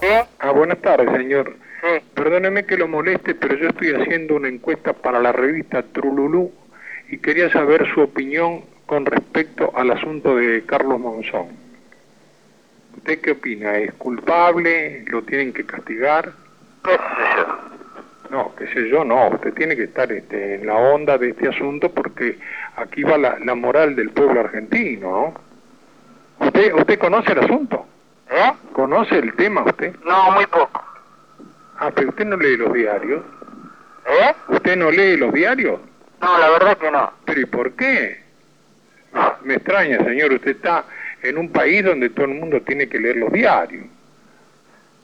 Sí, Ah, buenas tardes, señor. sí. Perdóneme que lo moleste, pero yo estoy haciendo una encuesta para la revista Trululú y quería saber su opinión con respecto al asunto de Carlos Monzón. ¿Usted qué opina? ¿Es culpable? ¿Lo tienen que castigar? ¿Qué sé yo? No, qué sé yo, no. Usted tiene que estar este, en la onda de este asunto porque aquí va la, la moral del pueblo argentino, ¿no? ¿Usted, ¿Usted conoce el asunto? ¿Eh? ¿Conoce el tema usted? No, muy poco. Ah, pero usted no lee los diarios. ¿Eh? ¿Usted no lee los diarios? No, la verdad que no. Pero ¿y por qué? Me extraña, señor, usted está en un país donde todo el mundo tiene que leer los diarios.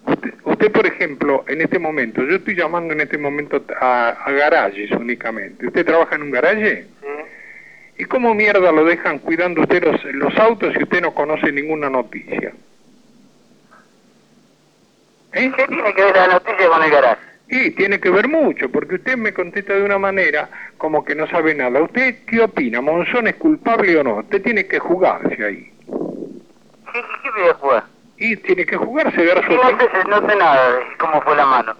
Usted, usted, por ejemplo, en este momento, yo estoy llamando en este momento a, a garages únicamente. ¿Usted trabaja en un garaje? Sí. ¿Y cómo mierda lo dejan cuidando usted los, los autos si usted no conoce ninguna noticia? ¿Eh? ¿Qué tiene que ver la noticia con el garaje? Y tiene que ver mucho, porque usted me contesta de una manera como que no sabe nada. ¿Usted qué opina? ¿Monzón es culpable o no? Usted tiene que jugarse ahí. ¿Qué, qué, qué voy a jugar? Y tiene que jugarse, dar su Yo no opinión. sé, no sé nada de cómo fue la mano.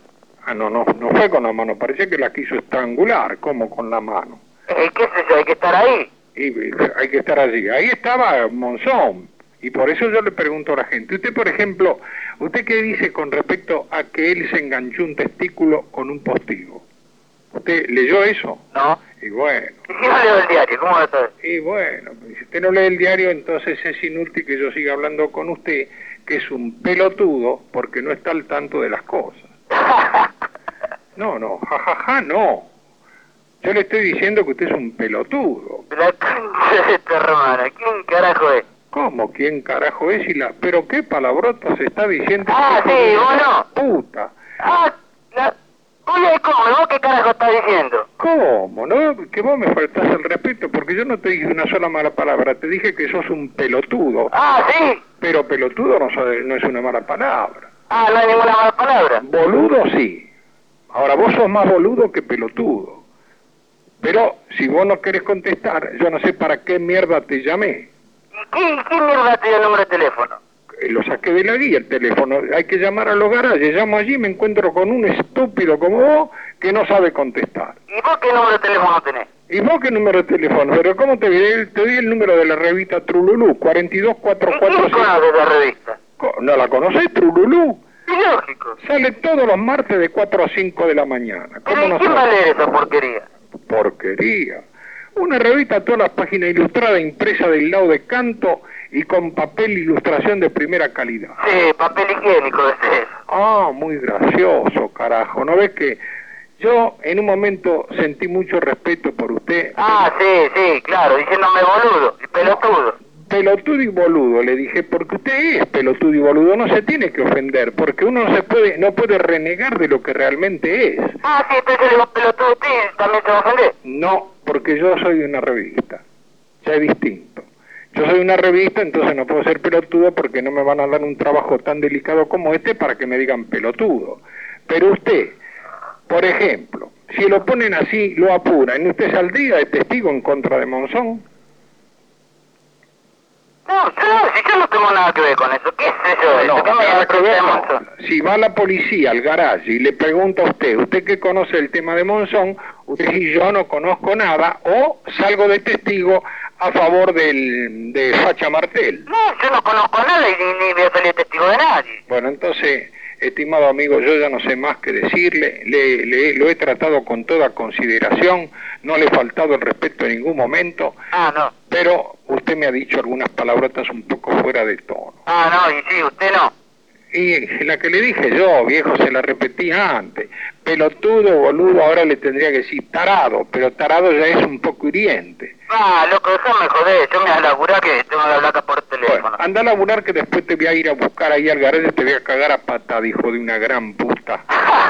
Ah, no, no, no fue con la mano, parecía que la quiso estrangular, como con la mano. Eh, ¿Qué sé yo? Hay que estar ahí. Y eh, hay que estar allí. Ahí estaba Monzón. Y por eso yo le pregunto a la gente, usted por ejemplo, ¿usted qué dice con respecto a que él se enganchó un testículo con un postigo? ¿Usted leyó eso? ¿No? Y bueno. ¿Y si no leo el diario? ¿Cómo lo sabes? Y bueno, pues, si usted no lee el diario, entonces es inútil que yo siga hablando con usted, que es un pelotudo, porque no está al tanto de las cosas. No, no, jajaja, no. Yo le estoy diciendo que usted es un pelotudo. la concha de tu hermana. ¿Quién carajo es? ¿Cómo? ¿Quién carajo es? Y la... Pero qué palabrota se está diciendo. Este Ah, Hijo de sí, vos una no. Puta. Ah, la... Julia de Come, ¿vos qué carajo estás diciendo? ¿Cómo? ¿No? Que vos me faltás el respeto, porque yo no te dije una sola mala palabra. Te dije que sos un pelotudo. Ah, ¿sí? Pero pelotudo no, sabe- no es una mala palabra. Ah, no hay ninguna mala palabra. Boludo sí. Ahora vos sos más boludo que pelotudo. Pero si vos no querés contestar, yo no sé para qué mierda te llamé. ¿Y qué, qué mierda te dio el número de teléfono? Eh, Lo saqué de la guía el teléfono. Hay que llamar a los garajes. Llamo allí y me encuentro con un estúpido como vos que no sabe contestar. ¿Y vos qué número de teléfono tenés? ¿Y vos qué número de teléfono? Pero ¿cómo te diré? Te doy el número de la revista Trululú, ¿Y quién 42445. conoce la revista? Co- ¿No la conocés, Trululú? Y lógico. Sale todos los martes de 4 a 5 de la mañana. Pero ¿Cómo ¿y no quién va a sabes? leer esa porquería? porquería. Una revista, todas las páginas ilustradas, impresa del lado de canto y con papel ilustración de primera calidad. Sí, papel higiénico es eso. Ah, muy gracioso, carajo. ¿No ves que yo en un momento sentí mucho respeto por usted? Ah, sí, sí, claro, diciéndome boludo y pelotudo. Pelotudo y boludo, le dije, porque usted es pelotudo y boludo, no se tiene que ofender, porque uno no se puede, no puede renegar de lo que realmente es. Ah, sí, entonces yo le digo pelotudo a usted y también se va a ofender. No, porque yo soy una revista. Ya es distinto. Yo soy una revista, entonces no puedo ser pelotudo porque no me van a dar un trabajo tan delicado como este para que me digan pelotudo. Pero usted, por ejemplo, si lo ponen así, lo apuran, ¿usted saldría de testigo en contra de Monzón? No, yo no, si yo no tengo nada que ver con eso, ¿qué sé yo? de eso? ¿Qué me nada que ver, de no. Monzón? Si va la policía al garaje y le pregunta a usted, usted que conoce el tema de Monzón, usted y yo no conozco nada, o salgo de testigo a favor del, de Facha Martel. No, yo no conozco nada y ni, ni voy a salir testigo de nadie. Bueno, entonces, estimado amigo, yo ya no sé más que decirle, le, le- lo he tratado con toda consideración, no le he faltado el respeto en ningún momento, Ah, no. pero usted me ha dicho algunas palabrotas un poco fuera de tono. Ah, no, y sí, usted no. Y la que le dije yo, viejo, se la repetí antes. Pelotudo, boludo, ahora le tendría que decir tarado, pero tarado ya es un poco hiriente. Ah, loco, déjame joder, yo me voy a laburar que tengo que hablar acá por Bueno, teléfono. anda a laburar que después te voy a ir a buscar ahí al garaje, te voy a cagar a patada, hijo de una gran puta.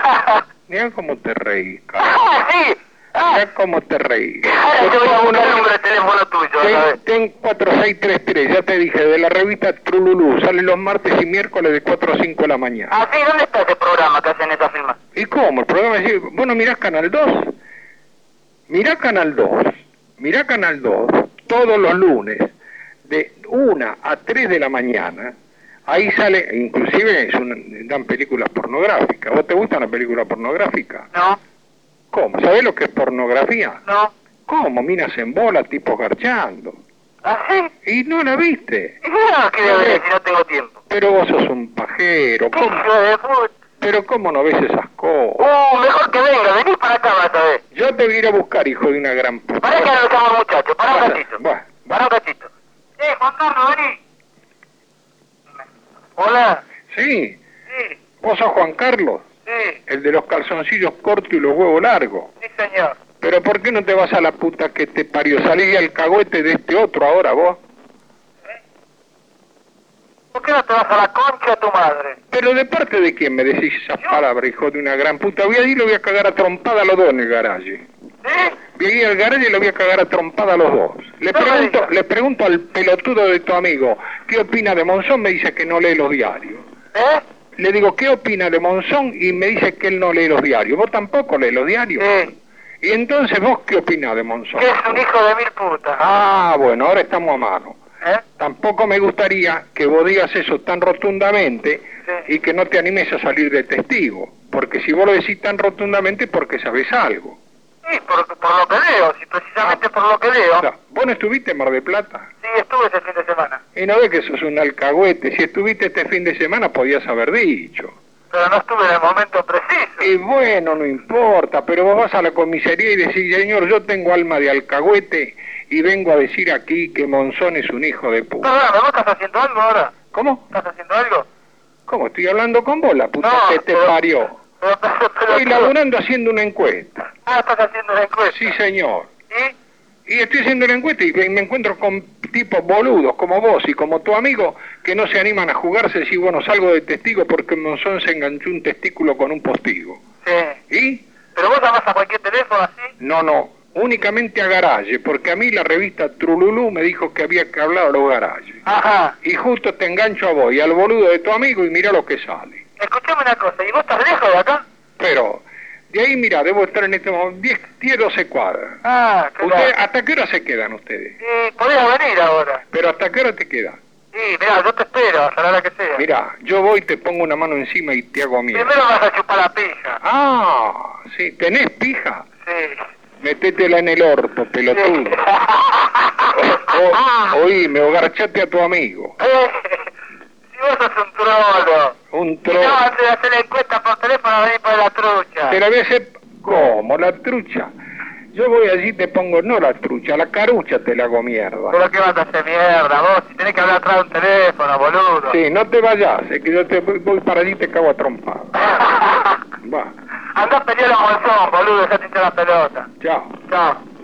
Mira cómo te reís, carajo. ah, sí. Ah, Mira cómo te reís. ahora yo voy a buscar el número de teléfono tuyo, ¿sabes? Ten, ten 4633, ya te dije, de la revista Trululú, sale los martes y miércoles de 4 a 5 de la mañana. Ah, sí, ¿dónde está ese programa que hacen esa filma? ¿Y cómo? El programa es, bueno, mirás Canal 2. Mirá Canal 2. Mirá Canal 2 todos los lunes de 1 a 3 de la mañana. Ahí sale, inclusive es una- dan películas pornográficas. ¿Vos te gusta una película pornográfica? No, ¿Cómo? ¿Sabés lo que es pornografía? no. ¿Cómo? Minas en bola, tipos garchando. ¿Así? Y no la viste. ¿Y yo no quiero ver si no tengo tiempo? Pero vos sos un pajero. ¿Qué ¿Cómo? hijo de puta? Pero ¿cómo no ves esas cosas? Uh, mejor que venga, vení para acá, vas a ver. Yo te voy a ir a buscar, hijo de una gran puta. Para que analizamos muchachos, para un Bueno, ratito. bueno, Para un ratito. Eh, Juan Carlos, vení. Hola. Sí, Sí, vos sos Juan Carlos, sí, el de los calzoncillos cortos y los huevos largos. sí, señor. Pero ¿por qué no te vas a la puta que te parió? Salí al cagüete de este otro ahora vos. ¿Por qué no te vas a la concha de tu madre? Pero de parte de quién me decís esas Yo. palabras, hijo de una gran puta. Voy a ir y lo voy a cagar a trompada a los dos en el garaje. ¿Sí? Voy a ir al garaje y lo voy a cagar a trompada a los dos. Le No me pregunto, digas. le pregunto al pelotudo de tu amigo, ¿qué opina de Monzón? Me dice que no lee los diarios. ¿Eh? Le digo, ¿qué opina de Monzón? Y me dice que él no lee los diarios. ¿Vos tampoco lees los diarios? Sí. Y entonces, ¿vos qué opinás de Monzón? Que es un hijo de mil putas. Ah, bueno, ahora estamos a mano. ¿Eh? Tampoco me gustaría que vos digas eso tan rotundamente Sí. y que no te animes a salir de testigo. Porque si vos lo decís tan rotundamente es porque sabés algo. Sí, por, por lo que veo, sí, precisamente por lo que veo. Ahora, vos Ah. no estuviste en Mar del Plata Sí, estuve ese fin de semana, y no ves que sos un alcahuete. Si estuviste este fin de semana podías haber dicho. pero no estuve en el momento preciso. Y bueno, no importa, pero vos vas a la comisaría y decís, señor, yo tengo alma de alcahuete y vengo a decir aquí que Monzón es un hijo de puta. Perdóname, ¿vos estás haciendo algo ahora? ¿Cómo? ¿Estás haciendo algo? ¿Cómo? Estoy hablando con vos, la puta que te pero- parió. pero- pero- pero- Estoy laburando haciendo una encuesta. Ah, estás haciendo una encuesta. Sí, señor. ¿Y? Y estoy haciendo una encuesta y me encuentro con tipos boludos como vos y como tu amigo que no se animan a jugarse si bueno, salgo de testigo porque Monzón se enganchó un testículo con un postigo. Sí. ¿Y? ¿Pero vos llamás a cualquier teléfono así? No, no, únicamente a Garaje, porque a mí la revista Trululú me dijo que había que hablar a los Garaje. Ajá. Y justo te engancho a vos y al boludo de tu amigo y mira lo que sale. Escuchame una cosa, ¿y vos estás lejos de acá? Pero, de ahí mira, debo estar en este momento 10, 10 12 cuadras. Ah, Usted- claro. ¿Hasta qué hora se quedan ustedes? Y podías venir ahora. Pero ¿hasta qué hora te quedan? Sí, mirá, yo te espero, a la hora que sea. Mira, yo voy, te pongo una mano encima y te hago miedo. Primero vas a chupar la pija. Ah, sí, ¿tenés pija? Sí. Métetela en el orto, pelotudo. O, Sí. oíme, o garchate a tu amigo. Eh, si vos sos un trolo. Un Si no, trozo. antes de hacer la encuesta por teléfono, vení para la trucha. Te la voy a hacer como la trucha. Yo voy allí y te pongo no la trucha, la carucha te la hago mierda. Pero que vas a hacer mierda, vos, si tenés que hablar atrás de un teléfono, boludo. Sí, no te vayas, es que yo te voy, voy para allí y te cago a trompada. Va, Andá a pelear a Monzón, boludo, ya te hincha la pelota. chao. Chao.